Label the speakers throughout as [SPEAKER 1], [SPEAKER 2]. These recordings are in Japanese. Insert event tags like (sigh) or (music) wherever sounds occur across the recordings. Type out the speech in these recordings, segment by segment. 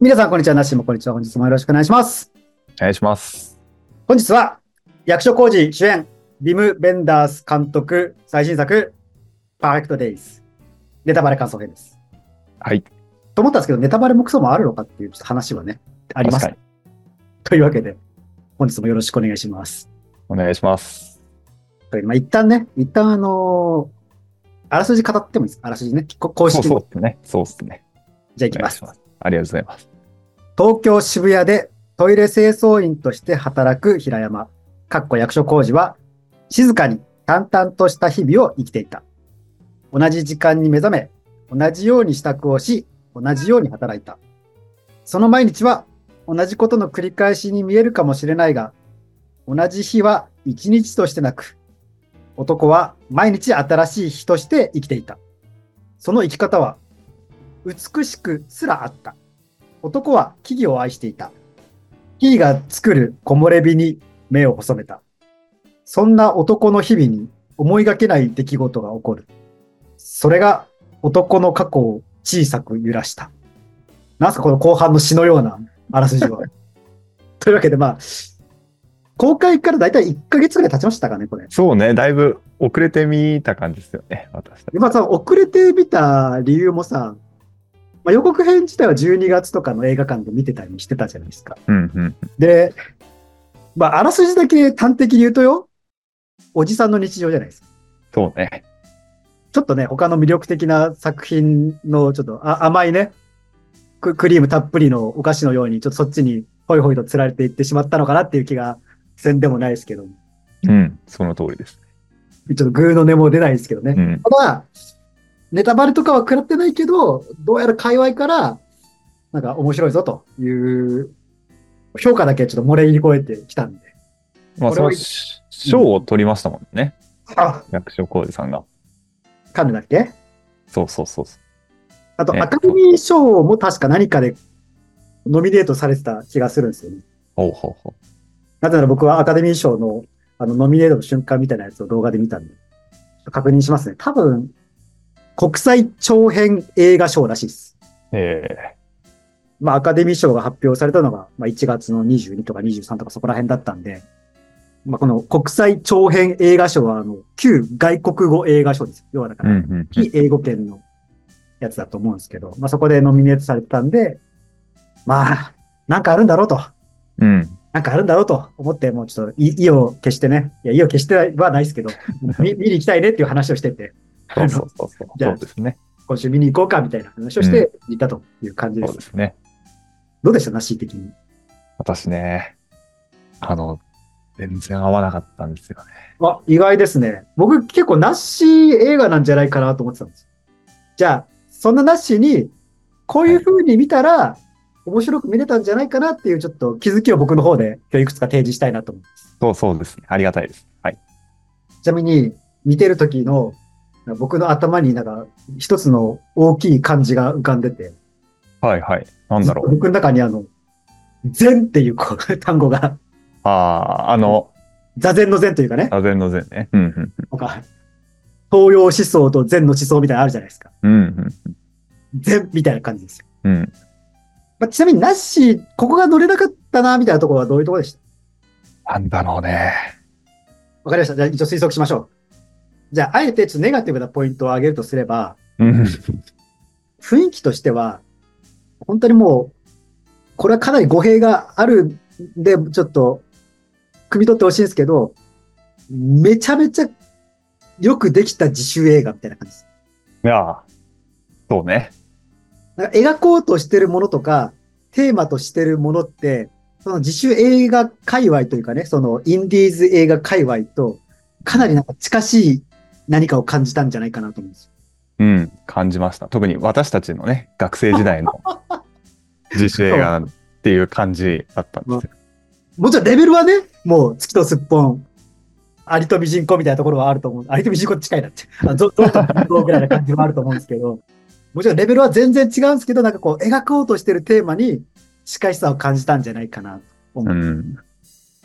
[SPEAKER 1] 皆さん、こんにちは。なっしーもこんにちは。本日もよろしくお願いします。
[SPEAKER 2] お願いします。
[SPEAKER 1] 本日は、役所広司主演、ビム・ベンダース監督、最新作、パーフェクト・デイズ。ネタバレ感想編です。
[SPEAKER 2] はい。
[SPEAKER 1] と思ったんですけど、ネタバレもクソもあるのかっていうちょっと話はね、あります
[SPEAKER 2] 確。
[SPEAKER 1] というわけで、本日もよろしくお願いします。
[SPEAKER 2] お願いします。
[SPEAKER 1] というまあ、一旦ね、一旦あのーあらすじ語ってもいいですかあらすじね、こ公
[SPEAKER 2] そう
[SPEAKER 1] 式
[SPEAKER 2] そ
[SPEAKER 1] の。
[SPEAKER 2] うですね。そうですね。
[SPEAKER 1] じゃあ
[SPEAKER 2] お
[SPEAKER 1] 行き
[SPEAKER 2] 願
[SPEAKER 1] ま
[SPEAKER 2] い
[SPEAKER 1] す
[SPEAKER 2] し。ます。ありがとうございます。
[SPEAKER 1] 東京渋谷でトイレ清掃員として働く平山、かっこ役所工事は、静かに淡々とした日々を生きていた。同じ時間に目覚め、同じように支度をし、同じように働いた。その毎日は同じことの繰り返しに見えるかもしれないが、同じ日は一日としてなく、男は毎日新しい日として生きていた。その生き方は、美しくすらあった。男は木々を愛していた。木々が作る木漏れ日に目を細めた。そんな男の日々に思いがけない出来事が起こる。それが男の過去を小さく揺らした。なんすかこの後半の詩のようなあらすじは。というわけでまあ、公開からだいたい1ヶ月ぐらい経ちましたかね、これ。
[SPEAKER 2] そうね。だいぶ遅れてみた感じですよね。私たち。
[SPEAKER 1] 今さ、遅れて見た理由もさ、まあ、予告編自体は12月とかの映画館で見てたりしてたじゃないですか。
[SPEAKER 2] うんうん。
[SPEAKER 1] で、まあ、あらすじだけ端的に言うとよ、おじさんの日常じゃないですか。
[SPEAKER 2] そうね。
[SPEAKER 1] ちょっとね、他の魅力的な作品の、ちょっとあ甘いねク、クリームたっぷりのお菓子のように、ちょっとそっちにホイホイと釣られていってしまったのかなっていう気がせんでもないですけど、ち
[SPEAKER 2] うん。その通りです。
[SPEAKER 1] ょっとグーの根も出ないですけどね。
[SPEAKER 2] うん。
[SPEAKER 1] ただ、ネタバレとかは食らってないけど、どうやら界隈から、なんか面白いぞという、評価だけちょっと漏れ入り越えてきたんで。
[SPEAKER 2] まあ、
[SPEAKER 1] こ
[SPEAKER 2] そ
[SPEAKER 1] れは
[SPEAKER 2] のし賞を取りましたもんね。
[SPEAKER 1] あ、
[SPEAKER 2] 役所広司さんが。
[SPEAKER 1] カンヌだっけ
[SPEAKER 2] そうそうそうそう。
[SPEAKER 1] あと、
[SPEAKER 2] ね
[SPEAKER 1] アカデミー賞も確か何かでノミネートされてた気がするんですよね。
[SPEAKER 2] ほうほうほ
[SPEAKER 1] なぜなら僕はアカデミー賞のあのノミネートの瞬間みたいなやつを動画で見たんで、確認しますね。多分、国際長編映画賞らしいです。
[SPEAKER 2] う。え
[SPEAKER 1] まあ、アカデミー賞が発表されたのが、まあ、1月の22とか23とかそこら辺だったんで、まあ、この国際長編映画賞は、あの、旧外国語映画賞です。要はだか
[SPEAKER 2] えうん
[SPEAKER 1] ら、
[SPEAKER 2] うんうん。
[SPEAKER 1] 非英語圏のやつだと思うんですけど、まあ、そこでノミネートされてたんで、まあ、なんかあるんだろうと、
[SPEAKER 2] うん。
[SPEAKER 1] なんかあるんだろうと思って、もうちょっと意意を決してね、いや、意を決してはないですけど、 (laughs) 見見に行きたいねっていう話をしてて、
[SPEAKER 2] そうそうそうそう。
[SPEAKER 1] (laughs) じゃ
[SPEAKER 2] そ
[SPEAKER 1] あ
[SPEAKER 2] うですね。
[SPEAKER 1] 今週見に行こうかみたいな話をして、行ったという感じで
[SPEAKER 2] そ
[SPEAKER 1] す。
[SPEAKER 2] うですね。
[SPEAKER 1] どうでしたなし的に。
[SPEAKER 2] 私ね。あの、全然合わなかったんですよね。
[SPEAKER 1] あ、意外ですね。僕結構ナッシー映画なんじゃないかなと思ってたんです。じゃあ、そんなナッシーに、こういう風に見たら、面白く見れたんじゃないかなっていうちょっと気づきを僕の方で今日いくつか提示したいなと思います。
[SPEAKER 2] そうそうですね。ありがたいです。はい。
[SPEAKER 1] ちなみに、見てる時の、僕の頭になんか、一つの大きい漢字が浮かんでて、
[SPEAKER 2] はいはい。なんだろう。
[SPEAKER 1] 僕の中にあの、禅っていうこう (laughs) 単語が、
[SPEAKER 2] ああ、あの、
[SPEAKER 1] 座禅の禅というかね、
[SPEAKER 2] 座禅の禅ね。うんうん
[SPEAKER 1] なんか、東洋思想と禅の思想みたいなのあるじゃないですか。
[SPEAKER 2] うん。うん
[SPEAKER 1] 禅みたいな感じですよ
[SPEAKER 2] うん。うん。
[SPEAKER 1] まあ、ちなみに、ナッシー、ここが乗れなかったな、みたいなところはどういうところでした
[SPEAKER 2] なんだろうね。
[SPEAKER 1] わかりました。じゃあ、一応推測しましょう。じゃあ、あえて、ちょっとネガティブなポイントを挙げるとすれば、
[SPEAKER 2] うん。
[SPEAKER 1] 雰囲気としては、本当にもう、これはかなり語弊があるんで、ちょっと、汲み取ってほしいんですけど、めちゃめちゃよくできた自主映画みたいな感じです。
[SPEAKER 2] いや、そうね。
[SPEAKER 1] なんか描こうとしてるものとか、テーマとしてるものって、その自主映画界隈というかね、そのインディーズ映画界隈と、かなりなんか近しい何かを感じたんじゃないかなと思うんですよ。
[SPEAKER 2] うん。感じました。特に私たちのね、学生時代 (laughs) の自主映画っていう感じだったんですよ。
[SPEAKER 1] もちろんレベルはね、もう月とすっぽん、アリとミジンコみたいなところはあると思う。アリとミジンコ近いなって。あゾゾウとミジンコぐらいな感じはあると思うんですけど、もちろんレベルは全然違うんですけど、なんかこう描こうとしてるテーマに近しさを感じたんじゃないかなと思う
[SPEAKER 2] う。ん。
[SPEAKER 1] だか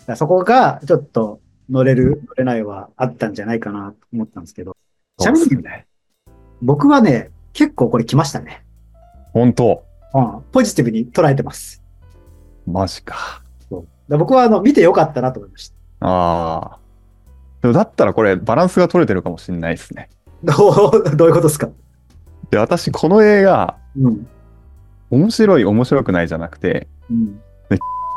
[SPEAKER 1] らそこがちょっと乗れる、乗れないはあったんじゃないかなと思ったんですけど、ちな
[SPEAKER 2] そう
[SPEAKER 1] み
[SPEAKER 2] です
[SPEAKER 1] に
[SPEAKER 2] ね。
[SPEAKER 1] 僕はね、結構これ来ましたね。
[SPEAKER 2] 本当。
[SPEAKER 1] うん、ポジティブに捉えてます。
[SPEAKER 2] マジか。
[SPEAKER 1] そうだ僕はあの見てよかったなと思いました。 (laughs)
[SPEAKER 2] ああ。でもだったらこれバランスが取れてるかもしれないですね。
[SPEAKER 1] どうどういうことですか、
[SPEAKER 2] で、私この映画、
[SPEAKER 1] うん
[SPEAKER 2] 面白い面白くないじゃなくて、
[SPEAKER 1] うん、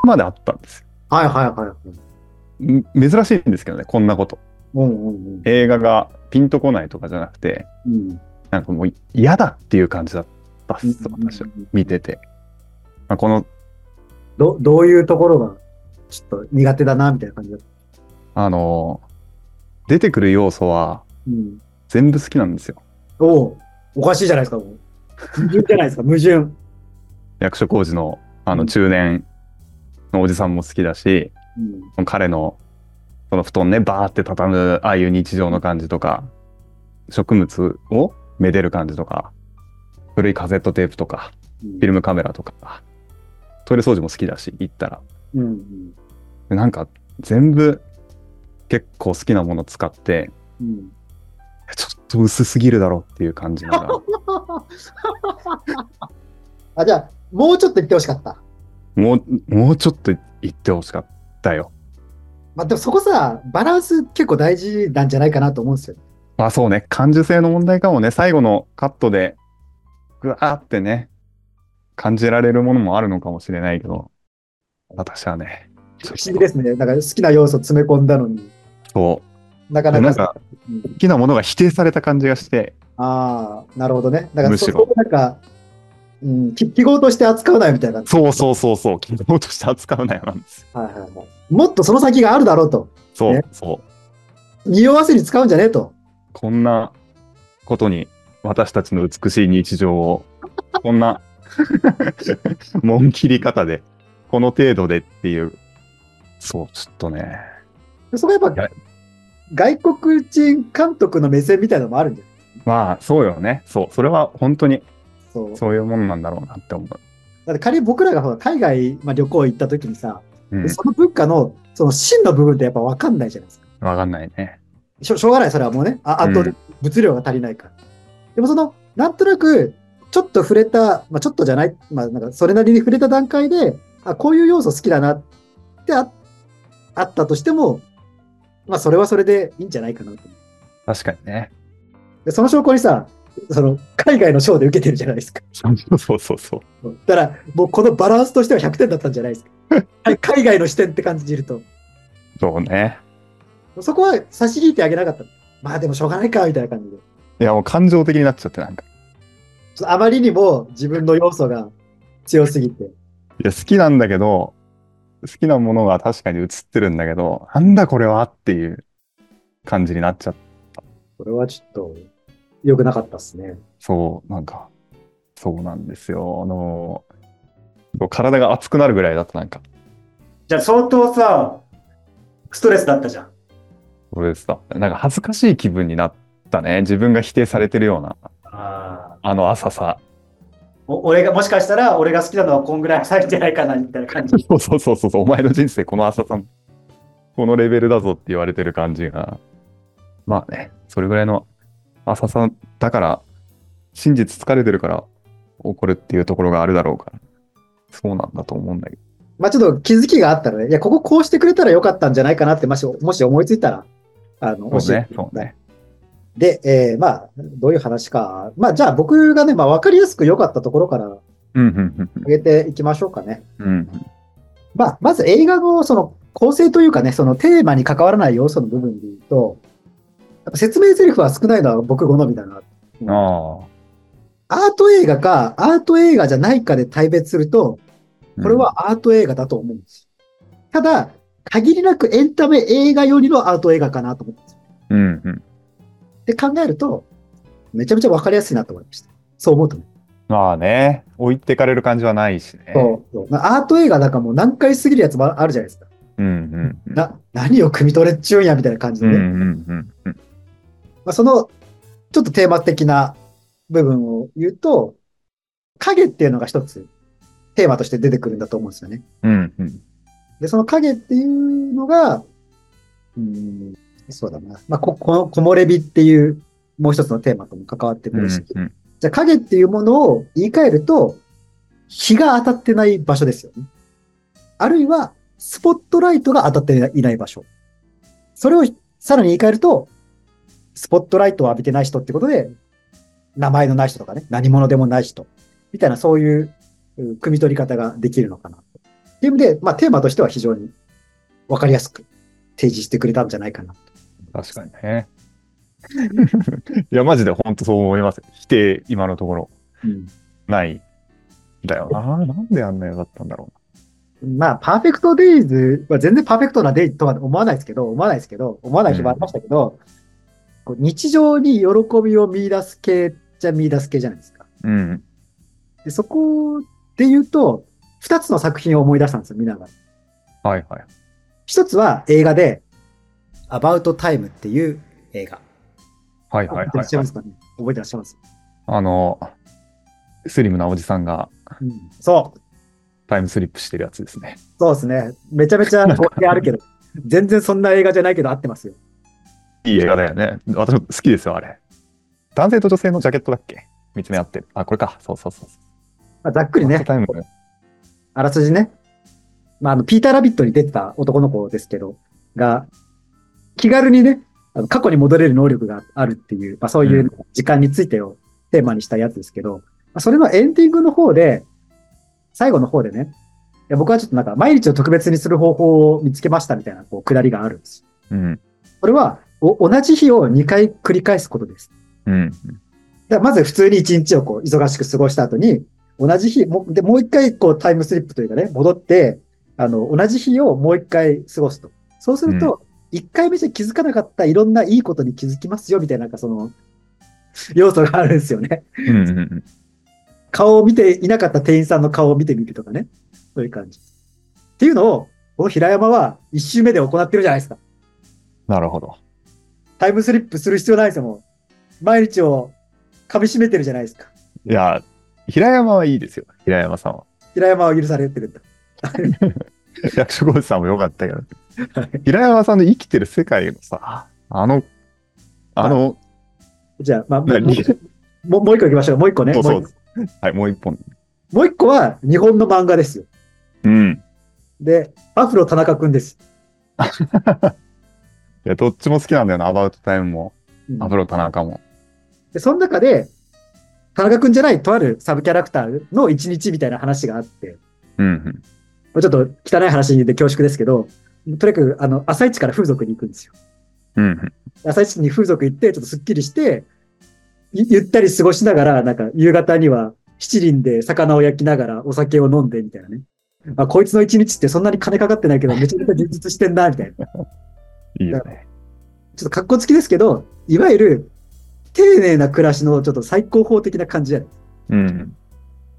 [SPEAKER 2] まであったんです
[SPEAKER 1] はいはいはいはい。
[SPEAKER 2] よ。ん珍しいんですけどね、こんなこと。
[SPEAKER 1] うんうんうん
[SPEAKER 2] 映画がピンとこないとかじゃなくて、
[SPEAKER 1] うん
[SPEAKER 2] なんかもう嫌だっていう感じだったっす、私は。見てて。まあ、この、
[SPEAKER 1] どどういうところがちょっと苦手だなみたいな感じだった、
[SPEAKER 2] あのー出てくる要素は
[SPEAKER 1] うん、
[SPEAKER 2] 全部好きなんですよ。
[SPEAKER 1] おうおかしいじゃないですかもう矛盾じゃないですか矛盾
[SPEAKER 2] 役所広司のあ
[SPEAKER 1] う
[SPEAKER 2] の
[SPEAKER 1] ん
[SPEAKER 2] 中年のおじさんも好きだし、
[SPEAKER 1] うん
[SPEAKER 2] 彼のその布団ねバーって畳むああいう日常の感じとか植物をめでる感じとか古いカセットテープとか
[SPEAKER 1] うん
[SPEAKER 2] フィルムカメラとかトイレ掃除も好きだし行ったら
[SPEAKER 1] うんうん
[SPEAKER 2] でなんか全部結構好きなもの使って
[SPEAKER 1] うん
[SPEAKER 2] ちょっと薄すぎるだろうっていう感じな
[SPEAKER 1] (laughs)
[SPEAKER 2] がら
[SPEAKER 1] あじゃあもうちょっと言ってほしかった
[SPEAKER 2] もうもうちょっと行ってほしかったよ
[SPEAKER 1] まあでもそこさバランス結構大事なんじゃないかなと思うんですよ
[SPEAKER 2] まあそうね、感受性の問題かもね、最後のカットで、ぐわーってね、感じられるものもあるのかもしれないけど、私はね、ちょ
[SPEAKER 1] 不思
[SPEAKER 2] っ
[SPEAKER 1] 議ですねなんか好きな要素詰め込んだのに
[SPEAKER 2] と、
[SPEAKER 1] なか
[SPEAKER 2] そう、
[SPEAKER 1] な
[SPEAKER 2] な
[SPEAKER 1] か
[SPEAKER 2] んか
[SPEAKER 1] うん
[SPEAKER 2] 好きなものが否定された感じがして、
[SPEAKER 1] ああなるほどねだから
[SPEAKER 2] む
[SPEAKER 1] そ
[SPEAKER 2] し
[SPEAKER 1] そ
[SPEAKER 2] ろ
[SPEAKER 1] こなんか、うん、き記号として扱うなよみたいな
[SPEAKER 2] そうそうそうそう、希望として扱うなよなんですよ。
[SPEAKER 1] はいはいはい、もっとその先があるだろうと
[SPEAKER 2] そう、
[SPEAKER 1] ね
[SPEAKER 2] そう、
[SPEAKER 1] 匂わせに使うんじゃねえと
[SPEAKER 2] こんなことに私たちの美しい日常を、こんな、 (laughs) 紋切り方で、この程度でっていう、そう、ちょっとね、
[SPEAKER 1] そこはやっ
[SPEAKER 2] い
[SPEAKER 1] ぱ外国人監督の目線みたいなのもあるんじゃない
[SPEAKER 2] まあそうよね。そう。それは本当に
[SPEAKER 1] そう
[SPEAKER 2] そういうもんなんだろうなって思う。
[SPEAKER 1] だって仮に僕らがほら海外、まあ、旅行行った時にさ、
[SPEAKER 2] うん。
[SPEAKER 1] その文化のその真の部分ってやっぱ分かんないじゃないですか。
[SPEAKER 2] わかんないね。
[SPEAKER 1] しょしょうがない、それはもうね、あ圧倒的に物量が足りないから。でもその、なんとなく、ちょっと触れた、まあ、ちょっとじゃない、まあ、なんかそれなりに触れた段階で、あこういう要素好きだなってああったとしても、まあ、それはそれでいいんじゃないかなと。
[SPEAKER 2] 確かにね。
[SPEAKER 1] でその証拠にさ、その海外の賞で受けてるじゃないですか。
[SPEAKER 2] (laughs) そうそうそうそう。
[SPEAKER 1] だから、もうこのバランスとしては100点だったんじゃないです
[SPEAKER 2] (laughs)
[SPEAKER 1] か。はい海外の視点って感じると。
[SPEAKER 2] そうね。
[SPEAKER 1] そこは差し引いてあげなかった。まあでもしょうがないか、みたいな感じで。
[SPEAKER 2] いやもう感情的になっちゃってなんか。
[SPEAKER 1] ちょっとあまりにも自分の要素が強すぎて。
[SPEAKER 2] いや好きなんだけど、好きなものが確かに映ってるんだけど、なんだこれはっていう感じになっちゃって。
[SPEAKER 1] これはちょっと良くなかったですね。
[SPEAKER 2] そう、なんか、そうなんですよ。あのそう体が熱くなるぐらいだったなんか、
[SPEAKER 1] じゃあ相当さ、ストレスだったじゃん。
[SPEAKER 2] それでさ、なんか恥ずかしい気分になったね。自分が否定されてるような、
[SPEAKER 1] あ
[SPEAKER 2] あの浅さ。 (laughs)
[SPEAKER 1] 俺が、もしかしたら俺が好きなのはこんぐらい浅いんじゃないかな、みたいな感じ。
[SPEAKER 2] そうそうそうそうそう、お前の人生この浅さん、このレベルだぞって言われてる感じが、まあね、それぐらいの浅さだから、真実疲れてるから怒るっていうところがあるだろうから、そうなんだと思うんだけど。
[SPEAKER 1] (laughs) まあちょっと気づきがあったらね、いや、こここうしてくれたらよかったんじゃないかなって、もしもし思いついたら、あの、
[SPEAKER 2] そうね
[SPEAKER 1] て、ください
[SPEAKER 2] そうね。
[SPEAKER 1] で、えーまあ、どういう話か。まあ、じゃあ僕がね、まあ、わかりやすく良かったところから
[SPEAKER 2] うん、うん、
[SPEAKER 1] 上げていきましょうかね。
[SPEAKER 2] うん。うん、
[SPEAKER 1] まあ、まず映画のその構成というかね、そのテーマに関わらない要素の部分で言うと、やっぱ説明台詞は少ないのは僕好みだな。
[SPEAKER 2] うん。ああ。
[SPEAKER 1] アート映画か、アート映画じゃないかで大別すると、これはアート映画だと思うんですよ。ただ、限りなくエンタメ映画よりのアート映画かなと思って
[SPEAKER 2] うん、うん、うん。
[SPEAKER 1] で考えると、めちゃめちゃわかりやすいなと思いました。そう思うとね
[SPEAKER 2] まあね、置いてかれる感じはないしね。
[SPEAKER 1] そうそうまあアート映画なんかもう難解すぎるやつもああるじゃないですか。
[SPEAKER 2] うん、うん、うん。
[SPEAKER 1] な何を汲み取れっちゅうんやみたいな感じ
[SPEAKER 2] う
[SPEAKER 1] で
[SPEAKER 2] ん、
[SPEAKER 1] ね、
[SPEAKER 2] う
[SPEAKER 1] ま
[SPEAKER 2] ん、うん、うん。
[SPEAKER 1] あ、そのちょっとテーマ的な部分を言うと影っていうのが一つテーマとして出てくるんだと思うんですよね。
[SPEAKER 2] うん、うん。
[SPEAKER 1] でその影っていうのがうーんそうだな、まあ、ここの木漏れ日っていうもう一つのテーマとも関わってく
[SPEAKER 2] うん
[SPEAKER 1] るし、
[SPEAKER 2] うん
[SPEAKER 1] じゃあ影っていうものを言い換えると日が当たってない場所ですよね。あるいは、スポットライトが当たっていない場所。それをさらに言い換えると、スポットライトを浴びてない人ってことで、名前のない人とかね、何者でもない人、みたいなそういううん組み取り方ができるのかなと。っていう意味で、まあテーマとしては非常にわかりやすく提示してくれたんじゃないかなと。
[SPEAKER 2] 確かにね。 (laughs) いや、マジで本当そう思います。否定、今のところ、ないんだよな。なんであんなよかったんだろ
[SPEAKER 1] まあ、パーフェクトデイズは全然パーフェクトなデイとは思わないですけど、思わないですけど、思わない日もありましたけど、こう日常に喜びを見出す系じゃ見出す系じゃないですか。
[SPEAKER 2] う。うん。
[SPEAKER 1] でそこで言うと、二つの作品を思い出したんですよ、みんなが。
[SPEAKER 2] はいはい。
[SPEAKER 1] 一つは映画で、About Time っていう映画。
[SPEAKER 2] はいは
[SPEAKER 1] 覚え
[SPEAKER 2] い
[SPEAKER 1] てら
[SPEAKER 2] は
[SPEAKER 1] っしゃいま
[SPEAKER 2] い。
[SPEAKER 1] すかね覚えてらっしゃいます。
[SPEAKER 2] あの、スリムなおじさんが
[SPEAKER 1] うん、そう。
[SPEAKER 2] タイムスリップしてるやつですね。
[SPEAKER 1] そうですね。めちゃめちゃ語弊あるけど、全然そんな映画じゃないけど合ってますよ。
[SPEAKER 2] いい映画だよね。私も好きですよ、あれ。男性と女性のジャケットだっけ見つめ合ってる。あ、これか。そうそうそうそう。
[SPEAKER 1] まあ、ざっくり
[SPEAKER 2] ファース
[SPEAKER 1] ね
[SPEAKER 2] ト、タイム
[SPEAKER 1] あらすじね。まあ、あの、ピーター・ラビットに出てた男の子ですけど、が、気軽にね、あの過去に戻れる能力があるっていう、まあ、そういうう時間についてをテーマにしたやつですけど、まあ、それのエンディングの方で、最後の方でね、いや僕はちょっとなんか、毎日を特別にする方法を見つけましたみたいな、こう、くだりがあるんです。
[SPEAKER 2] うん。
[SPEAKER 1] これは、お同じ日を2回繰り返すことです。
[SPEAKER 2] うん。
[SPEAKER 1] だからまず普通に一日をこう忙しく過ごした後に、同じ日、もでもう一回こうタイムスリップというかね、戻って、あの、同じ日をもう一回過ごすと。そうすると、一、回目じゃ気づかなかったいろんないいことに気づきますよ、みたいななんかその、 (laughs) 要素があるんですよね。
[SPEAKER 2] うんうんうん。
[SPEAKER 1] 顔を見ていなかった店員さんの顔を見てみるとかね。そういう感じ。っていうのを、この平山は一周目で行ってるじゃないですか。
[SPEAKER 2] なるほど。
[SPEAKER 1] タイムスリップする必要ないですよ、もう。毎日を噛み締めてるじゃないですか。
[SPEAKER 2] いや、平山はいいですよ。平山さんは。
[SPEAKER 1] 平山は許されてるんだ。
[SPEAKER 2] 役所広司さんも良かったけど
[SPEAKER 1] はい。
[SPEAKER 2] 平山さんの生きてる世界のさ、あの、あの、
[SPEAKER 1] じゃあ、まあ、もう
[SPEAKER 2] 何
[SPEAKER 1] もうもう一個行きましょう。もう一個ね。
[SPEAKER 2] そう
[SPEAKER 1] も
[SPEAKER 2] そうう。はい、もう一本。
[SPEAKER 1] もう一個は日本の漫画ですよ。
[SPEAKER 2] うん。い
[SPEAKER 1] で、バフロ田中くんです。
[SPEAKER 2] や、どっちも好きなんだよな。アバウトタイムも、
[SPEAKER 1] うん
[SPEAKER 2] アブロ田中も。
[SPEAKER 1] で、その中で、田中くんじゃないとあるサブキャラクターの一日みたいな話があって、
[SPEAKER 2] うんうん。
[SPEAKER 1] まあちょっと汚い話で恐縮ですけど、とにかく、あの、朝一から風俗に行くんですよ。
[SPEAKER 2] うんうん。
[SPEAKER 1] 朝一に風俗行って、ちょっとすっきりして、ゆゆったり過ごしながら、なんか夕方には七輪で魚を焼きながらお酒を飲んでみたいなね。あ、こいつの一日ってそんなに金かかってないけど、めちゃめちゃ充実してんな、みたいな。
[SPEAKER 2] いいよね。
[SPEAKER 1] ちょっと格好つきですけど、いわゆる丁寧な暮らしのちょっと最高峰的な感じじゃない
[SPEAKER 2] うんうん。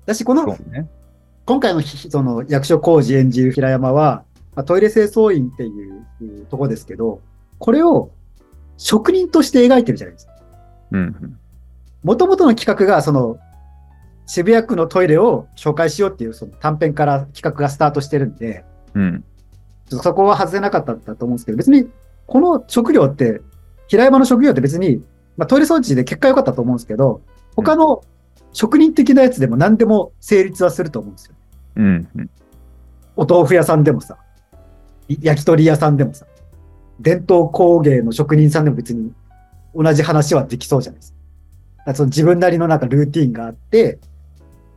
[SPEAKER 1] だし、こ
[SPEAKER 2] そ
[SPEAKER 1] の、
[SPEAKER 2] うね。
[SPEAKER 1] 今回のひその役所広司演じる平山は、まあ、トイレ清掃員っていういうとこですけど、これを職人として描いてるじゃないですか。
[SPEAKER 2] うんうん。
[SPEAKER 1] もともとの企画が、その、渋谷区のトイレを紹介しようっていうその短編から企画がスタートしてるんで、
[SPEAKER 2] うん。
[SPEAKER 1] ちょっとそこは外れなかったんだと思うんですけど、別に、この職業って、平山の職業って別に、まあ、トイレ掃除で結果良かったと思うんですけど、他の職人的なやつでも何でも成立はすると思うんですよ。
[SPEAKER 2] うんうん。
[SPEAKER 1] お豆腐屋さんでもさ、い焼き鳥屋さんでもさ、伝統工芸の職人さんでも別に同じ話はできそうじゃないですか。だからその自分なりのなんかルーティンがあって、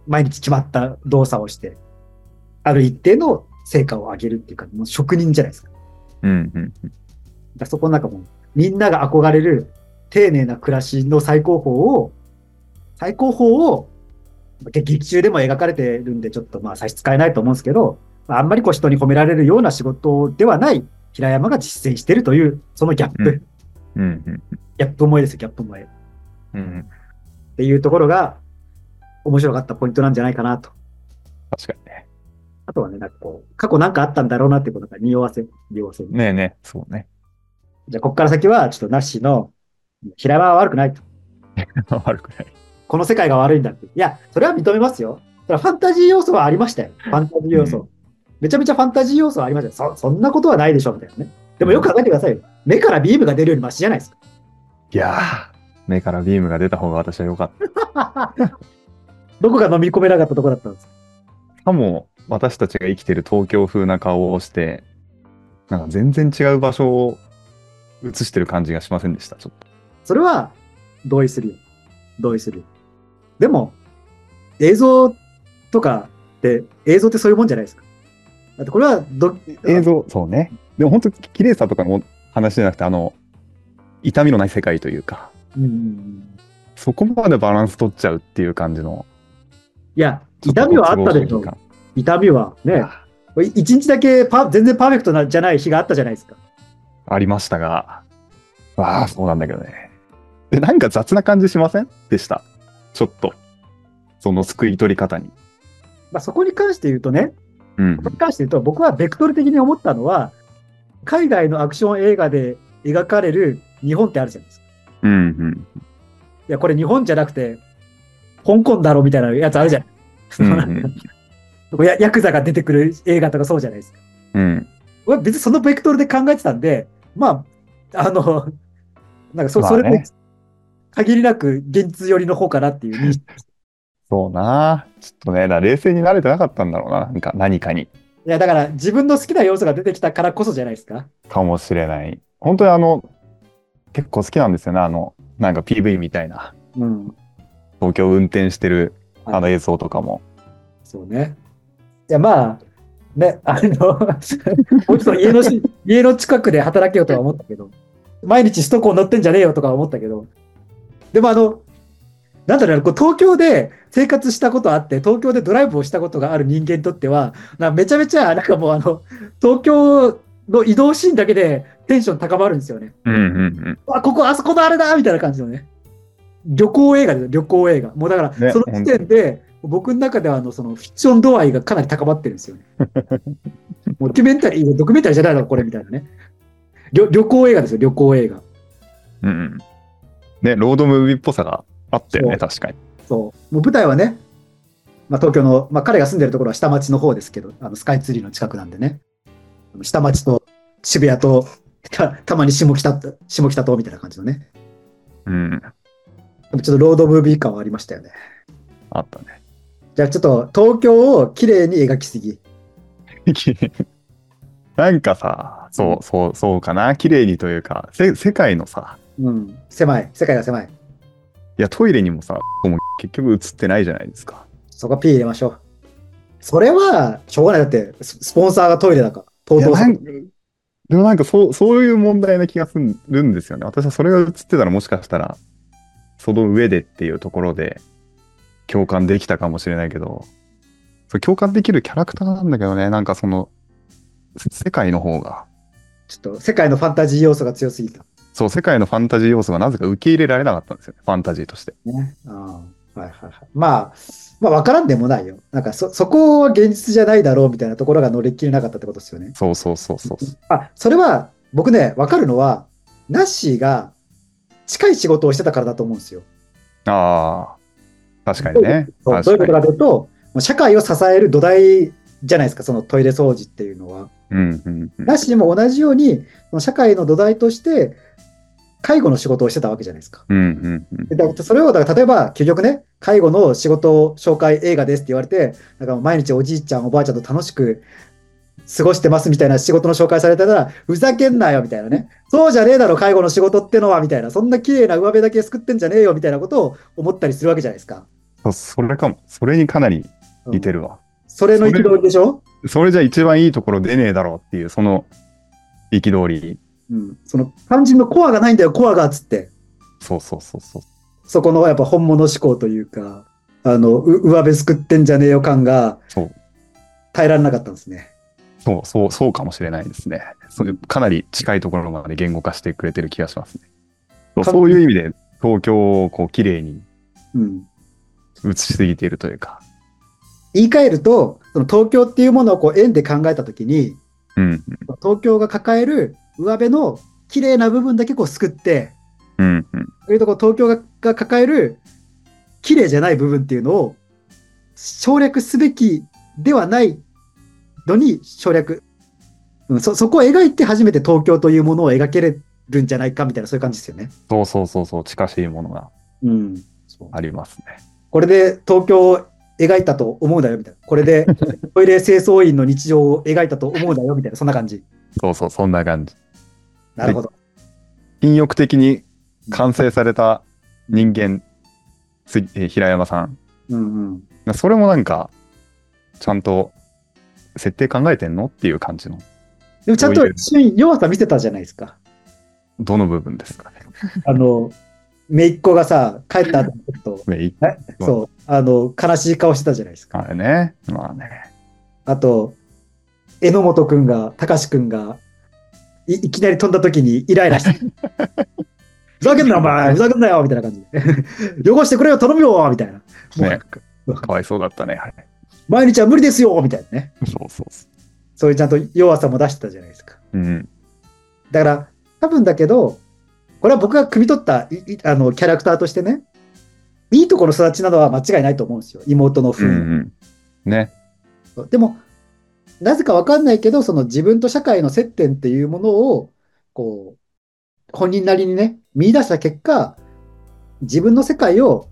[SPEAKER 1] 毎日決まった動作をして、ある一定の成果を上げるっていうか、もう職人じゃないですか。
[SPEAKER 2] うんうん。
[SPEAKER 1] だからそこの中も、みんなが憧れる丁寧な暮らしの最高峰を、最高峰を、げ劇中でも描かれてるんで、ちょっとまあ差し支えないと思うんですけど、まああんまりこう人に褒められるような仕事ではない平山が実践してるという、そのギャップ、
[SPEAKER 2] うんうんうん。
[SPEAKER 1] ギャップ萌えですよ、ギャップ萌え。っ
[SPEAKER 2] うん、
[SPEAKER 1] ていうところが、面白かったポイントなんじゃないかなと。
[SPEAKER 2] 確かにね。
[SPEAKER 1] あとはね、なんかこう、過去なんかあったんだろうなっていうことが匂わせ、匂わせ。
[SPEAKER 2] ねえねえ、そうね。 (laughs)
[SPEAKER 1] じゃあ、ここから先は、ちょっとなしの、平山は悪くないと。
[SPEAKER 2] 悪くない。
[SPEAKER 1] この世界が悪いんだって。いや、それは認めますよ。それはファンタジー要素はありましたよ。ファンタジー要素。
[SPEAKER 2] う
[SPEAKER 1] めちゃめちゃファンタジー要素はありましたよ。そそんなことはないでしょ、みたいなね。でもよく考えてくださいよ。目からビームが出るよりマシじゃないですか。
[SPEAKER 2] いやー、目 (laughs) からビームが出た方が私は良かった。
[SPEAKER 1] どこが飲み込めなかったとこだったんですか
[SPEAKER 2] さも私たちが生きてる東京風な顔をして、なんか全然違う場所を映してる感じがしませんでした、ちょっと。
[SPEAKER 1] それは同意するよ。同意するよ。でも、映像とかって、映像ってそういうもんじゃないですか。だってこれはど、
[SPEAKER 2] 映像、そうね。でも本当、綺麗さとかの話じゃなくて、あの、痛みのない世界というか、
[SPEAKER 1] うんうんうん
[SPEAKER 2] そこまでバランス取っちゃうっていう感じの。
[SPEAKER 1] いや、痛みはあったでし
[SPEAKER 2] ちょ
[SPEAKER 1] ょ
[SPEAKER 2] っとご都合主義。感
[SPEAKER 1] 痛みはね。
[SPEAKER 2] あ
[SPEAKER 1] これ一日だけパ全然パーフェクトなじゃない日があったじゃないですか。
[SPEAKER 2] ありましたが、ああ、そうなんだけどね。で、なんか雑な感じしませんでした。ちょっと。その救い取り方に。
[SPEAKER 1] まあ、そこに関して言うとね、
[SPEAKER 2] うん
[SPEAKER 1] そこに関して言うと、僕はベクトル的に思ったのは、海外のアクション映画で描かれる日本ってあるじゃないですか。
[SPEAKER 2] うんうん。
[SPEAKER 1] いや、これ日本じゃなくて、香港だろみたいなやつあるじゃない。
[SPEAKER 2] うん (laughs) うん
[SPEAKER 1] (laughs) やヤクザが出てくる映画とかそうじゃないですか。
[SPEAKER 2] うん。
[SPEAKER 1] 僕は別にそのベクトルで考えてたんで、まあ、あの、なんかそ,、
[SPEAKER 2] まあ
[SPEAKER 1] そ
[SPEAKER 2] ね
[SPEAKER 1] れで限りなく現実寄りの方かなっていう認識。
[SPEAKER 2] そうな。ちょっとね、だから冷静になれてなかったんだろうな。なんか何かに。
[SPEAKER 1] いや、だから自分の好きな要素が出てきたからこそじゃないですか。
[SPEAKER 2] かもしれない。本当にあの、結構好きなんですよね。あの、なんか PV みたいな。
[SPEAKER 1] うん。
[SPEAKER 2] 東京運転してる
[SPEAKER 1] はい
[SPEAKER 2] あの映像とかも。
[SPEAKER 1] そうね。いや、まあ、ね、あ (laughs) の、もうちょっと家のし、家の近くで働けよとは思ったけど、毎日首都高乗ってんじゃねえよとかは思ったけど、でもあの、なんだろうなこう東京で生活したことあって、東京でドライブをしたことがある人間にとっては、なんかめちゃめちゃ、なんかもうあの、東京の移動シーンだけでテンション高まるんですよね。
[SPEAKER 2] うんうん
[SPEAKER 1] あ、ここ、あそこのあれだみたいな感じのね。旅行映画ですよ、旅行映画。もうだから、
[SPEAKER 2] ね
[SPEAKER 1] その時点で、僕の中ではあのそのフィクション度合いがかなり高まってるんですよね。もうドキュメンタリー、ドキュメンタリーじゃないの、これみたいなね。旅旅行映画ですよ、旅行映画。
[SPEAKER 2] うん。うんうん。ね、ロードムービーっぽさがあったよね、
[SPEAKER 1] そ
[SPEAKER 2] 確かに。
[SPEAKER 1] そう。もう舞台はね、まあ、東京の、まあ、彼が住んでるところは下町の方ですけど、あのスカイツリーの近くなんでね。下町と渋谷と、たたまに下北と、下北とみたいな感じのね。
[SPEAKER 2] うん。
[SPEAKER 1] ちょっとロードムービー感はありましたよね。
[SPEAKER 2] あったね。 (laughs)
[SPEAKER 1] じゃあちょっと東京を綺麗に描きすぎ。
[SPEAKER 2] なんかさ、そう、そう、そうかな。綺麗にというか、せ世界のさ、
[SPEAKER 1] うん。狭い。世界が狭い。
[SPEAKER 2] いや、トイレにもさ、も結局映ってないじゃないですか。
[SPEAKER 1] そこ P 入れましょう。それは、しょうがない。だって、ススポンサーがトイレだから。
[SPEAKER 2] いや
[SPEAKER 1] TOTO さ
[SPEAKER 2] なん
[SPEAKER 1] ん。
[SPEAKER 2] かでもなんかそうそういう問題な気がするんですよね。私はそれが映ってたらもしかしたらその上でっていうところで共感できたかもしれないけどそれ共感できるキャラクターなんだけどねなんかそのせ世界の方が
[SPEAKER 1] ちょっと、世界のファンタジー要素が強すぎた。
[SPEAKER 2] そう世界のファンタジー要素がなぜか受け入れられなかったんですよねファンタジーとして。
[SPEAKER 1] ね。うん。はいはいはい。まあ、まあ、わからんでもないよ。なんか、そ、そこは現実じゃないだろうみたいなところが乗り切れなかったってことですよね。
[SPEAKER 2] そうそうそうそう。
[SPEAKER 1] あ、それは、僕ね、わかるのは、ナッシーが近い仕事をしてたからだと思うんですよ。
[SPEAKER 2] ああ確かにね。
[SPEAKER 1] そうどうい
[SPEAKER 2] 確
[SPEAKER 1] うこと
[SPEAKER 2] かに
[SPEAKER 1] かというと、もう社会を支える土台じゃないですか、そのトイレ掃除っていうのは。
[SPEAKER 2] うんうんうん
[SPEAKER 1] なしにも同じように、その社会の土台として、介護の仕事をしてたわけじゃないですか。
[SPEAKER 2] うんうんうん
[SPEAKER 1] でだからそれを、だから例えば、究極ね、介護の仕事を紹介映画ですって言われて、なんかもう毎日おじいちゃん、おばあちゃんと楽しく過ごしてますみたいな仕事の紹介されたら、ふざけんなよみたいなね、そうじゃねえだろ、介護の仕事ってのはみたいな、そんな綺麗な上辺だけ救ってんじゃねえよみたいなことを思ったりするわけじゃないですか。
[SPEAKER 2] そうそれかもそれにかなり
[SPEAKER 1] うん
[SPEAKER 2] 似てるわ。
[SPEAKER 1] それの憤りでしょ
[SPEAKER 2] それじゃ一番いいところ出ねえだろうっていう、その憤り。
[SPEAKER 1] うん、その肝心のコアがないんだよ、コアがっつって、
[SPEAKER 2] そうそうそうそう。
[SPEAKER 1] そこのやっぱ本物思考というか、あのう上辺すくってんじゃねえよ感が
[SPEAKER 2] そう、
[SPEAKER 1] 耐えられなかったんですね。
[SPEAKER 2] そう、そう、そうかもしれないですね。そうかなり近いところまで言語化してくれてる気がしますね。そう
[SPEAKER 1] か
[SPEAKER 2] そういう意味で、東京をこう、綺麗に
[SPEAKER 1] うん、
[SPEAKER 2] 映しすぎているというか。
[SPEAKER 1] 言い換えると、その東京っていうものをこう円で考えたときに、
[SPEAKER 2] うん、
[SPEAKER 1] 東京が抱える上辺の綺麗な部分だけこうすくって、
[SPEAKER 2] うん、うん。
[SPEAKER 1] そういうとこ東京がが抱える綺麗じゃない部分っていうのを省略すべきではないのに省略、うん、そそこを描いて初めて東京というものを描けれるんじゃないかみたいなそういう感じですよね。
[SPEAKER 2] そうそうそうそう、近しいものが
[SPEAKER 1] うん、
[SPEAKER 2] ありますね。
[SPEAKER 1] これで東京を描いたと思うだよみたいな。これでトイレ清掃員の日常を描いたと思うだよみたいな、そんな感じ。
[SPEAKER 2] そうそう、そんな感じ。
[SPEAKER 1] なるほど。
[SPEAKER 2] 品欲的に完成された人間、すえー平山さん。
[SPEAKER 1] うんうん。
[SPEAKER 2] それもなんか、ちゃんと設定考えてんのっていう感じの、
[SPEAKER 1] でもちゃんと一瞬弱さ見せたじゃないですか。
[SPEAKER 2] どの部分ですかね。
[SPEAKER 1] あの、姪っ子がさ、帰った後にちょっと、
[SPEAKER 2] ねい
[SPEAKER 1] え
[SPEAKER 2] うん
[SPEAKER 1] そう、あの、悲しい顔してたじゃないですか。
[SPEAKER 2] あれね。まあね。
[SPEAKER 1] あと、榎本くんが、隆くんがい、いきなり飛んだ時にイライラ
[SPEAKER 2] (laughs)
[SPEAKER 1] して、ふざけんなお前、ふざけんなよみたいな感じで。 (laughs) 汚してくれよ、頼むよみたいな。もう
[SPEAKER 2] ねかわいそうだったね。あれ
[SPEAKER 1] 毎日は無理ですよみたいなね。
[SPEAKER 2] そうそうそ
[SPEAKER 1] そういうちゃんと弱さも出してたじゃないですか。
[SPEAKER 2] う。うん。
[SPEAKER 1] だから、多分だけど、これは僕が汲み取ったいいあのキャラクターとしてね、いいところの育ちなどは間違いないと思うんですよ、妹の
[SPEAKER 2] うんう
[SPEAKER 1] 雰囲
[SPEAKER 2] ん。ね。
[SPEAKER 1] 気と。でも、なぜかわかんないけど、その自分と社会の接点っていうものを、こう、本人なりにね、見出した結果、自分の世界を、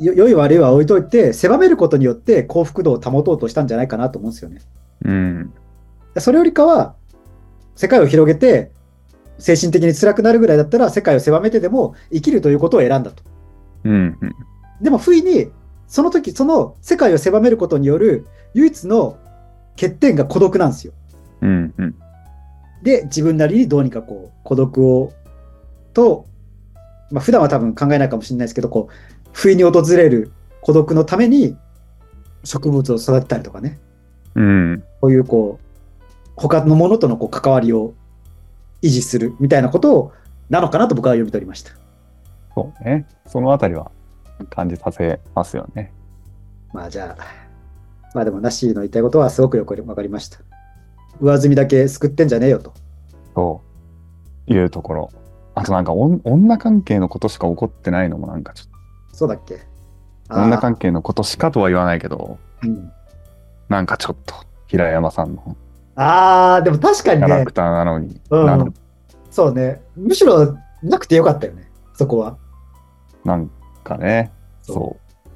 [SPEAKER 1] よ良い悪いは置いといて、狭めることによって幸福度を保とうとしたんじゃないかなと思うんですよね。
[SPEAKER 2] うん。
[SPEAKER 1] それよりかは、世界を広げて、精神的に辛くなるぐらいだったら、世界を狭めてでも生きるということを選んだと。
[SPEAKER 2] うん。うん
[SPEAKER 1] でも、不意に、その時、その世界を狭めることによる唯一の欠点が孤独なんですよ。
[SPEAKER 2] うん。うん。
[SPEAKER 1] で、自分なりにどうにかこう、孤独を、と、まあ、普段は多分考えないかもしれないですけど、こう、不意に訪れる孤独のために、植物を育てたりとかね。
[SPEAKER 2] うん。
[SPEAKER 1] こういうこう、他のものとのこう関わりを維持するみたいなことを、なのかなと僕は読み取りました。
[SPEAKER 2] そうね。そのあたりは感じさせますよね。
[SPEAKER 1] まあじゃあ、まあでも、ナッシーの言いたいことはすごくよくわかりました。上積みだけ救ってんじゃねえよと。
[SPEAKER 2] そういうところ。あとなんかおん女関係のことしか起こってないのもなんかちょっ
[SPEAKER 1] そうだっけ
[SPEAKER 2] と女
[SPEAKER 1] あ
[SPEAKER 2] 関係のことしかとは言わないけど
[SPEAKER 1] ーうん
[SPEAKER 2] なんかちょっと平山さんの
[SPEAKER 1] あー、でも確か
[SPEAKER 2] キ
[SPEAKER 1] に
[SPEAKER 2] ャラ
[SPEAKER 1] ね
[SPEAKER 2] ク、ターなのに、
[SPEAKER 1] うん
[SPEAKER 2] なの
[SPEAKER 1] そうね、むしろなくてよかったよね、そこは。
[SPEAKER 2] なんかね
[SPEAKER 1] そ
[SPEAKER 2] そう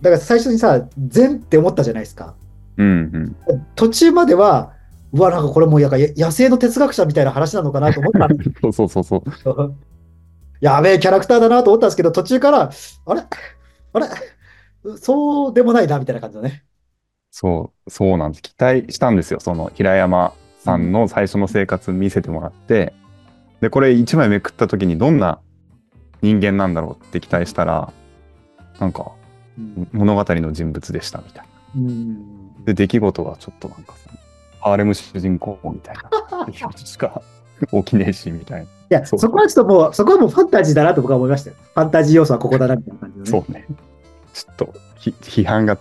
[SPEAKER 2] う
[SPEAKER 1] だから最初にさ、善って思ったじゃないですか。
[SPEAKER 2] うんうん (laughs)
[SPEAKER 1] 途中までは、うわ、なんかこれもうやか野生の哲学者みたいな話なのかなと思ったんだけど
[SPEAKER 2] そうそうそうそう
[SPEAKER 1] (laughs) やべえ、キャラクターだなと思ったんですけど、途中から、あれあれそうでもないな、みたいな感じだね。
[SPEAKER 2] そうそうなんです期待したんですよその平山さんの最初の生活見せてもらってでこれ1枚めくった時にどんな人間なんだろうって期待したらなんか
[SPEAKER 1] うん。
[SPEAKER 2] 物語の人物でしたみたいな。
[SPEAKER 1] うん
[SPEAKER 2] で、出来事はちょっとなんかさ、ハーレム主人公みたいな、出来事しか起きねえし、みたいな。
[SPEAKER 1] いや、そ
[SPEAKER 2] そう
[SPEAKER 1] こはちょっともう、そこはもうファンタジーだなと僕は思いましたよ。ファンタジー要素はここだな、みたいな感じだね。
[SPEAKER 2] そうね。ちょっと、ひ批判が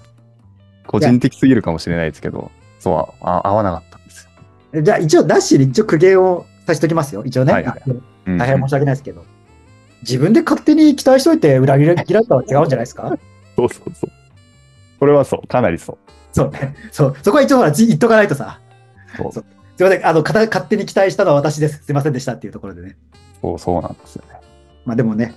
[SPEAKER 2] 個人的すぎるかもしれないですけど、そうはあ合わなかったんですよ。
[SPEAKER 1] じゃあ、一応、ダッシュに一応苦言をさせておきますよ。一応ね。
[SPEAKER 2] はいはいうん
[SPEAKER 1] 大変申し訳ないですけど。自分で勝手に期待しといて裏切られたは違うんじゃないですか
[SPEAKER 2] (laughs)
[SPEAKER 1] (laughs)
[SPEAKER 2] そうそうそう。それはそう、かなりそう。
[SPEAKER 1] そうね。そう。そこは一応ほら、じ言っとかないとさ。
[SPEAKER 2] そう
[SPEAKER 1] そ
[SPEAKER 2] そう
[SPEAKER 1] すいません。あの、かた勝手に期待したのは私です。すいませんでしたっていうところでね。
[SPEAKER 2] うそうなんですよね。
[SPEAKER 1] まあでもね、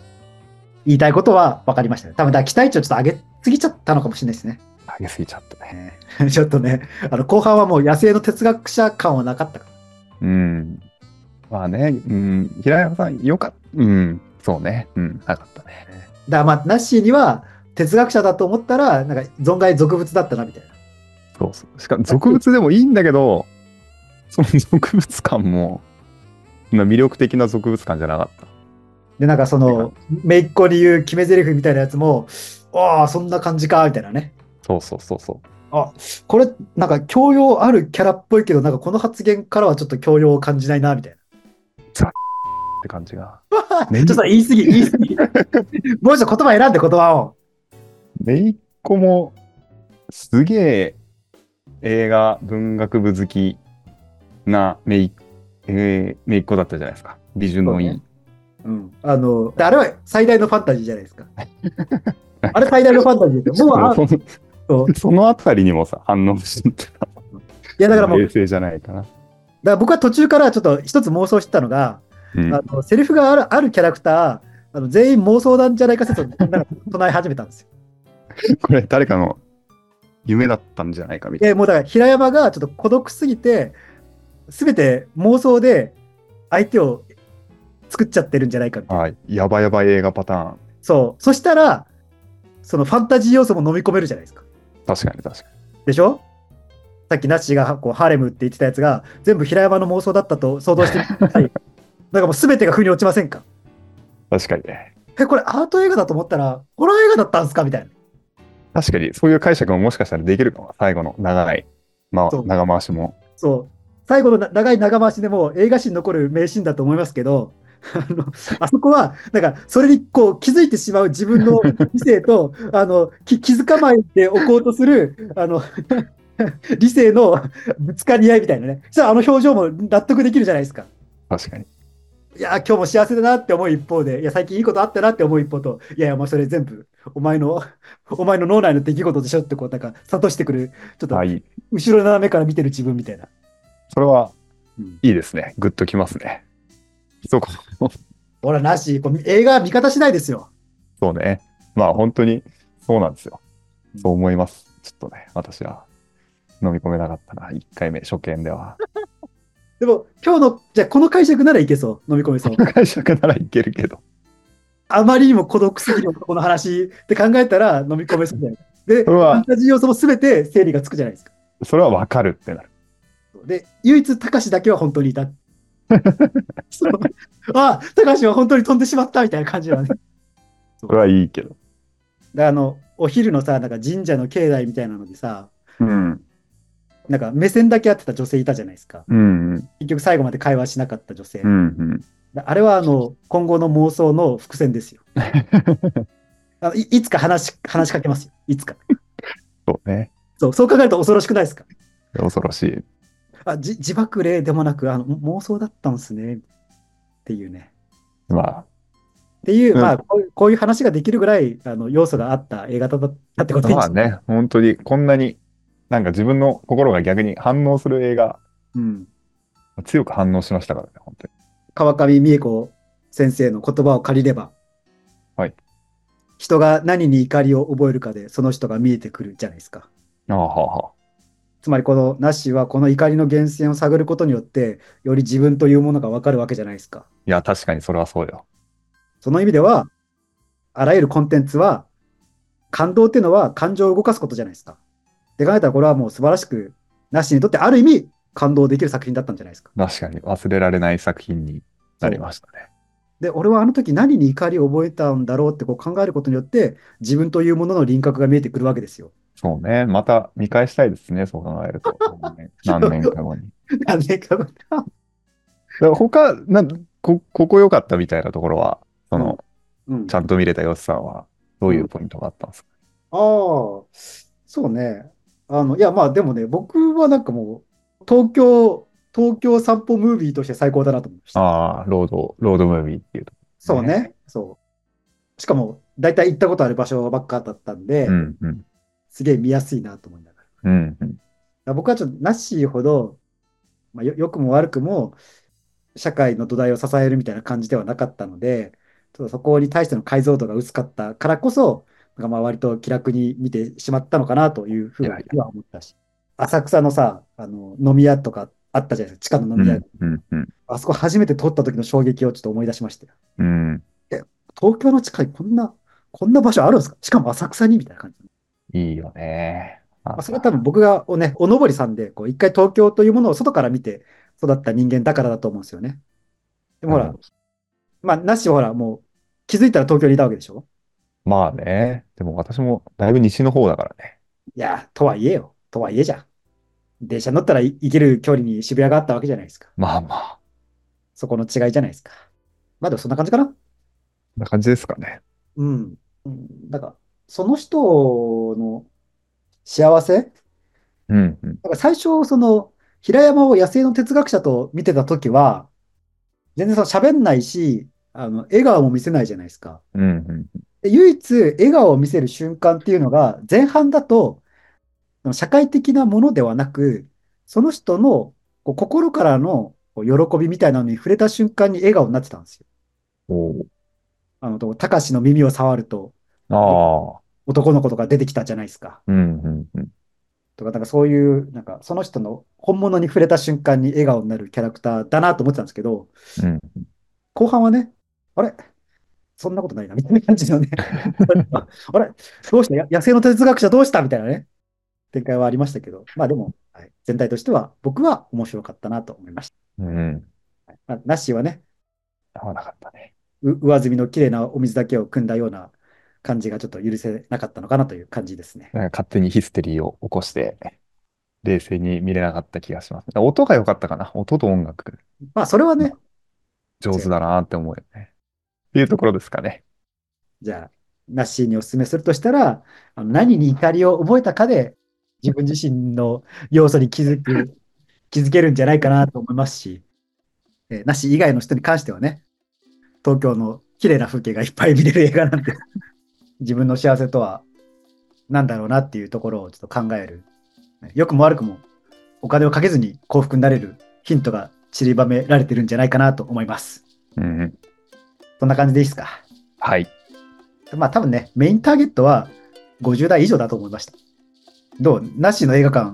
[SPEAKER 1] 言いたいことは分かりましたね。多分だから期待値をちょっと上げすぎちゃったのかもしれないですね。 (laughs)
[SPEAKER 2] 上げすぎちゃったね。
[SPEAKER 1] ねちょっとね、あの後半はもう野生の哲学者感はなかったから。
[SPEAKER 2] うん。まあね、うん、平山さん、よかった。うん、そうね。うん、なかったね。
[SPEAKER 1] だからまあ、ナッシーには哲学者だと思ったら、なんか存外俗物だったなみたいな。
[SPEAKER 2] そうそう。しかも、俗物でもいいんだけど、その俗物感も、そんな魅力的な俗物感じゃなかった。
[SPEAKER 1] で、なんかそ
[SPEAKER 2] は
[SPEAKER 1] の、めいっ子に言う決め台詞みたいなやつも、ああ、そんな感じか、みたいなね。
[SPEAKER 2] そうそうそうそう。
[SPEAKER 1] これ、なんか教養あるキャラっぽいけど、なんかこの発言からはちょっと教養を感じないな、みたいな。
[SPEAKER 2] って感じ
[SPEAKER 1] (laughs)
[SPEAKER 2] が。
[SPEAKER 1] ちょっと言い過ぎ、言い過ぎ。もう一度言葉選んで言葉を。
[SPEAKER 2] めいっ子も、すげえ映画文学部好きなめい,、えー、めいっ子だったじゃないですか。美女のいい。
[SPEAKER 1] そうねあの、であれは最大のファンタジーじゃないです
[SPEAKER 2] (laughs)
[SPEAKER 1] か。あれ最大のファンタジーですよ。もうあ
[SPEAKER 2] その
[SPEAKER 1] そう
[SPEAKER 2] そのあたりにもさ、反応してた。
[SPEAKER 1] いやだからもう、だ
[SPEAKER 2] 冷
[SPEAKER 1] か
[SPEAKER 2] 静じゃないかな。
[SPEAKER 1] ら僕は途中からちょっと一つ妄想してたのが、
[SPEAKER 2] うん
[SPEAKER 1] あのセリフがあるあるキャラクター、あの全員妄想なんじゃないか説をなんか唱え始めたんですよ。
[SPEAKER 2] これ誰かの夢だったんじゃないかみたい
[SPEAKER 1] えもうだから平山がちょっと孤独すぎて、すべて妄想で相手を作っちゃってるんじゃないかみたい
[SPEAKER 2] な。
[SPEAKER 1] な。
[SPEAKER 2] はい。やばやばい映画パターン。
[SPEAKER 1] そう。そしたら、そのファンタジー要素も飲み込めるじゃないですか。
[SPEAKER 2] 確かに確かに。
[SPEAKER 1] でしょさっきナッシーがこうハーレムって言ってたやつが、全部平山の妄想だったと想像してみてください。
[SPEAKER 2] (laughs)
[SPEAKER 1] なんかもうすべてが腑に落ちませんか
[SPEAKER 2] 確かにね。
[SPEAKER 1] え、これアート映画だと思ったら、ホラー映画だったんですかみたいな。
[SPEAKER 2] 確かに、そういう解釈ももしかしたらできるかも。最後の長い、まあ、
[SPEAKER 1] そう
[SPEAKER 2] 長回しも。
[SPEAKER 1] そう。最後のな長い長回しでも映画史に残る名シーンだと思いますけど、あのあそこは、なんか、それにこう気づいてしまう自分の理性と、あのき気づかないでおこうとする、あの (laughs) 理性のぶつかり合いみたいなね、さあ、あの表情も納得できるじゃないですか。
[SPEAKER 2] 確かに。
[SPEAKER 1] いやー、今日も幸せだなって思う一方で、いや、最近いいことあったなって思う一方と、いやいや、もうそれ全部、お前の、お前の脳内の出来事でしょって、こう、なんか、諭してくる、ちょっと
[SPEAKER 2] あ、いい。
[SPEAKER 1] 後ろ斜めから見てる自分みたいな。
[SPEAKER 2] それは
[SPEAKER 1] うん、
[SPEAKER 2] いいですね。グッときますね。そうか。
[SPEAKER 1] ほら、なし、こう映画は味方次第ですよ。
[SPEAKER 2] そうね。まあ、本当に、そうなんですよ。そう思います。ちょっとね、私は、飲み込めなかったな。1回目、初見では。 (laughs)
[SPEAKER 1] でも、今日の、じゃあこの解釈ならいけそう、飲み込めそう。
[SPEAKER 2] 解釈ならいけるけど。
[SPEAKER 1] あまりにも孤独すぎる男の話って考えたら飲み込めそうじゃないで、
[SPEAKER 2] そ
[SPEAKER 1] フ
[SPEAKER 2] れは
[SPEAKER 1] ァンタジー要素も全て整理がつくじゃないですか。
[SPEAKER 2] それはわかるってなる。
[SPEAKER 1] で、唯一、高志だけは本当にいた。そうあ、高志は本当に飛んでしまったみたいな感じなのね。
[SPEAKER 2] それはいいけど。
[SPEAKER 1] で、あの、お昼のさ、なんか神社の境内みたいなのでさ、
[SPEAKER 2] うん。
[SPEAKER 1] なんか目線だけ合ってた女性いたじゃないですか。
[SPEAKER 2] うんうん。
[SPEAKER 1] 結局最後まで会話しなかった女性。
[SPEAKER 2] うんうん。
[SPEAKER 1] あれはあの今後の妄想の伏線
[SPEAKER 2] (laughs)
[SPEAKER 1] ですよ。あのいいつか話し話しかけますよ。いつか。
[SPEAKER 2] そうね。
[SPEAKER 1] そうそう考えると恐ろしくないですか
[SPEAKER 2] 恐ろしい。
[SPEAKER 1] あじ自爆霊でもなくあの妄想だったんですね。っていうね。
[SPEAKER 2] ま
[SPEAKER 1] っていう、
[SPEAKER 2] うん
[SPEAKER 1] まあこうこういう話ができるぐらいあの要素があった映画だったって
[SPEAKER 2] あ、
[SPEAKER 1] ことです
[SPEAKER 2] まあね、本当にこんなに、なんか自分の心が逆に反応する映画、
[SPEAKER 1] うん。
[SPEAKER 2] 強く反応しましたからね、本当に。
[SPEAKER 1] 川上美恵子先生の言葉を借りれば。
[SPEAKER 2] はい。
[SPEAKER 1] 人が何に怒りを覚えるかでその人が見えてくるじゃないですか。
[SPEAKER 2] ああ、はあ、はあ。
[SPEAKER 1] つまりこのナッシーはこの怒りの源泉を探ることによってより自分というものが分かるわけじゃないですか。
[SPEAKER 2] いや、確かにそれはそうよ。
[SPEAKER 1] その意味ではあらゆるコンテンツは感動っていうのは感情を動かすことじゃないですか。で考えたらこれはもう素晴らしくナッシーにとってある意味感動できる作品だったんじゃないですか。
[SPEAKER 2] 確かに忘れられない作品になりましたね。
[SPEAKER 1] で俺はあの時何に怒りを覚えたんだろうってこう考えることによって自分というものの輪郭が見えてくるわけですよ。 (laughs)
[SPEAKER 2] そうね。また見返したいですね、そう考える (laughs) と。何年か後に。
[SPEAKER 1] 何年か後
[SPEAKER 2] だから (laughs) 他なんこ、ここ良かったみたいなところは、そ
[SPEAKER 1] う
[SPEAKER 2] の、
[SPEAKER 1] ん
[SPEAKER 2] ちゃんと見れたよしさんは、どういうポイントがあったんですか、
[SPEAKER 1] ああ、そうね。あの、いや、まあでもね、僕はなんかもう、東京、東京散歩ムービーとして最高だなと思いました。
[SPEAKER 2] ああ、ロード、ロードムービーっていうと。
[SPEAKER 1] そうね、そう。しかも、大体行ったことある場所ばっかだったんで
[SPEAKER 2] う、んうん。
[SPEAKER 1] すげえ見やすいなと思いながら。だか
[SPEAKER 2] うんうん。
[SPEAKER 1] ら僕はちょっと、ナッシーほど、まあ、よ、良くも悪くも、社会の土台を支えるみたいな感じではなかったので、ちょっとそこに対しての解像度が薄かったからこそ、なんかまあ割と気楽に見てしまったのかなというふうには思ったし、浅草のさ、あの飲み屋とかあったじゃないですか、地下の
[SPEAKER 2] う
[SPEAKER 1] 飲み屋。
[SPEAKER 2] んうんうん。
[SPEAKER 1] あそこ初めて通った時の衝撃をちょっと思い出しましたよ。
[SPEAKER 2] うん。
[SPEAKER 1] 東京の地下にこんな、こんな場所あるんですかしかも浅草にみたいな感じ。
[SPEAKER 2] いいよね。
[SPEAKER 1] まあ、それは多分僕がおね、おのぼりさんで、こう、一回東京というものを外から見て育った人間だからだと思うんですよね。でもほら、
[SPEAKER 2] うん
[SPEAKER 1] まあ、なしはほら、もう気づいたら東京にいたわけでしょ
[SPEAKER 2] まあね。でも私もだいぶ西の方だからね。
[SPEAKER 1] いや、とはいえよ。とはいえじゃん。電車乗ったらい行ける距離に渋谷があったわけじゃないですか。
[SPEAKER 2] まあまあ。
[SPEAKER 1] そこの違いじゃないですか。まあでもそんな感じかな。
[SPEAKER 2] こんな感じですかね。
[SPEAKER 1] うん。うんだから、その人の幸せだ
[SPEAKER 2] うんうん。
[SPEAKER 1] から最初、その、平山を野生の哲学者と見てた時は、全然その喋んないし、あの、笑顔も見せないじゃないですか。
[SPEAKER 2] うんうん。
[SPEAKER 1] で唯一笑顔を見せる瞬間っていうのが前半だとその社会的なものではなくその人のこう心からのこう喜びみたいなのに触れた瞬間に笑顔になってたんですよ。
[SPEAKER 2] おう
[SPEAKER 1] あの、とたかしの耳を触ると
[SPEAKER 2] ああ。
[SPEAKER 1] 男の子とか出てきたじゃないですか。
[SPEAKER 2] うんうんうん。
[SPEAKER 1] とか、なんかそういう、なんかその人の本物に触れた瞬間に笑顔になるキャラクターだなと思ってたんですけど、
[SPEAKER 2] うん
[SPEAKER 1] 後半はね、あれそんなことないな、みたいな感じ
[SPEAKER 2] (laughs)
[SPEAKER 1] のね。あれどうしたや野生の哲学者どうしたみたいなね。展開はありましたけど、まあでも、はい全体としては僕は面白かったなと思いまし
[SPEAKER 2] うん。
[SPEAKER 1] た。はいまあ、ナッシーはね、
[SPEAKER 2] 合わなかったね。
[SPEAKER 1] う上積みの綺麗なお水だけを汲んだような感じがちょっと許せなかったのかなという感じですね。
[SPEAKER 2] なんか勝手にヒステリーを起こして、冷静に見れなかった気がします。音が良かったかな。音と音楽、
[SPEAKER 1] まあそれはね、
[SPEAKER 2] 上手だなって思うよね。っていうところですかね。
[SPEAKER 1] じゃあ、ナッシーにお勧めするとしたら、あの何に怒りを覚えたかで、自分自身の要素に気づく、気づけるんじゃないかなと思いますし、えーナッシー以外の人に関してはね、東京の綺麗な風景がいっぱい見れる映画なんで、 (laughs) 自分の幸せとは何だろうなっていうところをちょっと考える。良くも悪くも、お金をかけずに幸福になれるヒントが散りばめられてるんじゃないかなと思います。
[SPEAKER 2] うんうん。
[SPEAKER 1] そんな感じでいいですか。
[SPEAKER 2] はい。
[SPEAKER 1] まあ多分ね、メインターゲットは50代以上だと思いました。どうなしの映画館。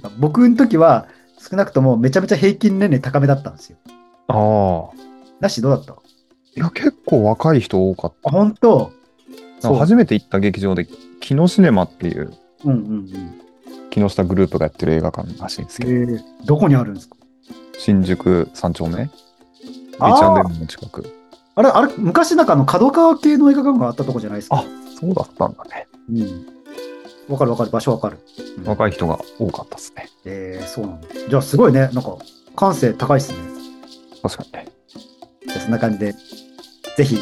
[SPEAKER 1] なんか僕の時は少なくともめちゃめちゃ平均年齢高めだったんですよ。
[SPEAKER 2] ああ。
[SPEAKER 1] なしどうだった
[SPEAKER 2] いや、結構若い人多かっ
[SPEAKER 1] あ、本当
[SPEAKER 2] た。
[SPEAKER 1] そう。
[SPEAKER 2] 初めて行った劇場で、キノシネマっていう、
[SPEAKER 1] うんうんうん。
[SPEAKER 2] 木下グループがやってる映画館らしいんです
[SPEAKER 1] え
[SPEAKER 2] けど、
[SPEAKER 1] ー、どこにあるんですか
[SPEAKER 2] 新宿三丁目、
[SPEAKER 1] あー
[SPEAKER 2] H&M の近く。
[SPEAKER 1] あれ、あれ、昔なんかあの角川系の映画館があったとこじゃないですか。
[SPEAKER 2] あそうだったんだね。
[SPEAKER 1] うん。わかるわかる、場所わかる。うん
[SPEAKER 2] 若い人が多かったですね。
[SPEAKER 1] えー、そうなんだ。じゃあすごいね、なんか感性高いですね。
[SPEAKER 2] 確かにね。
[SPEAKER 1] じゃあそんな感じで、ぜひ、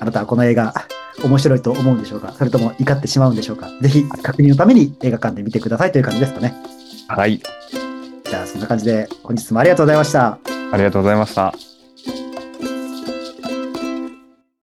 [SPEAKER 1] あなたはこの映画、面白いと思うんでしょうかそれとも怒ってしまうんでしょうかぜひ、確認のために映画館で見てくださいという感じですかね。
[SPEAKER 2] はい。
[SPEAKER 1] じゃあ、そんな感じで、本日もありがとうございました。
[SPEAKER 2] ありがとうございました。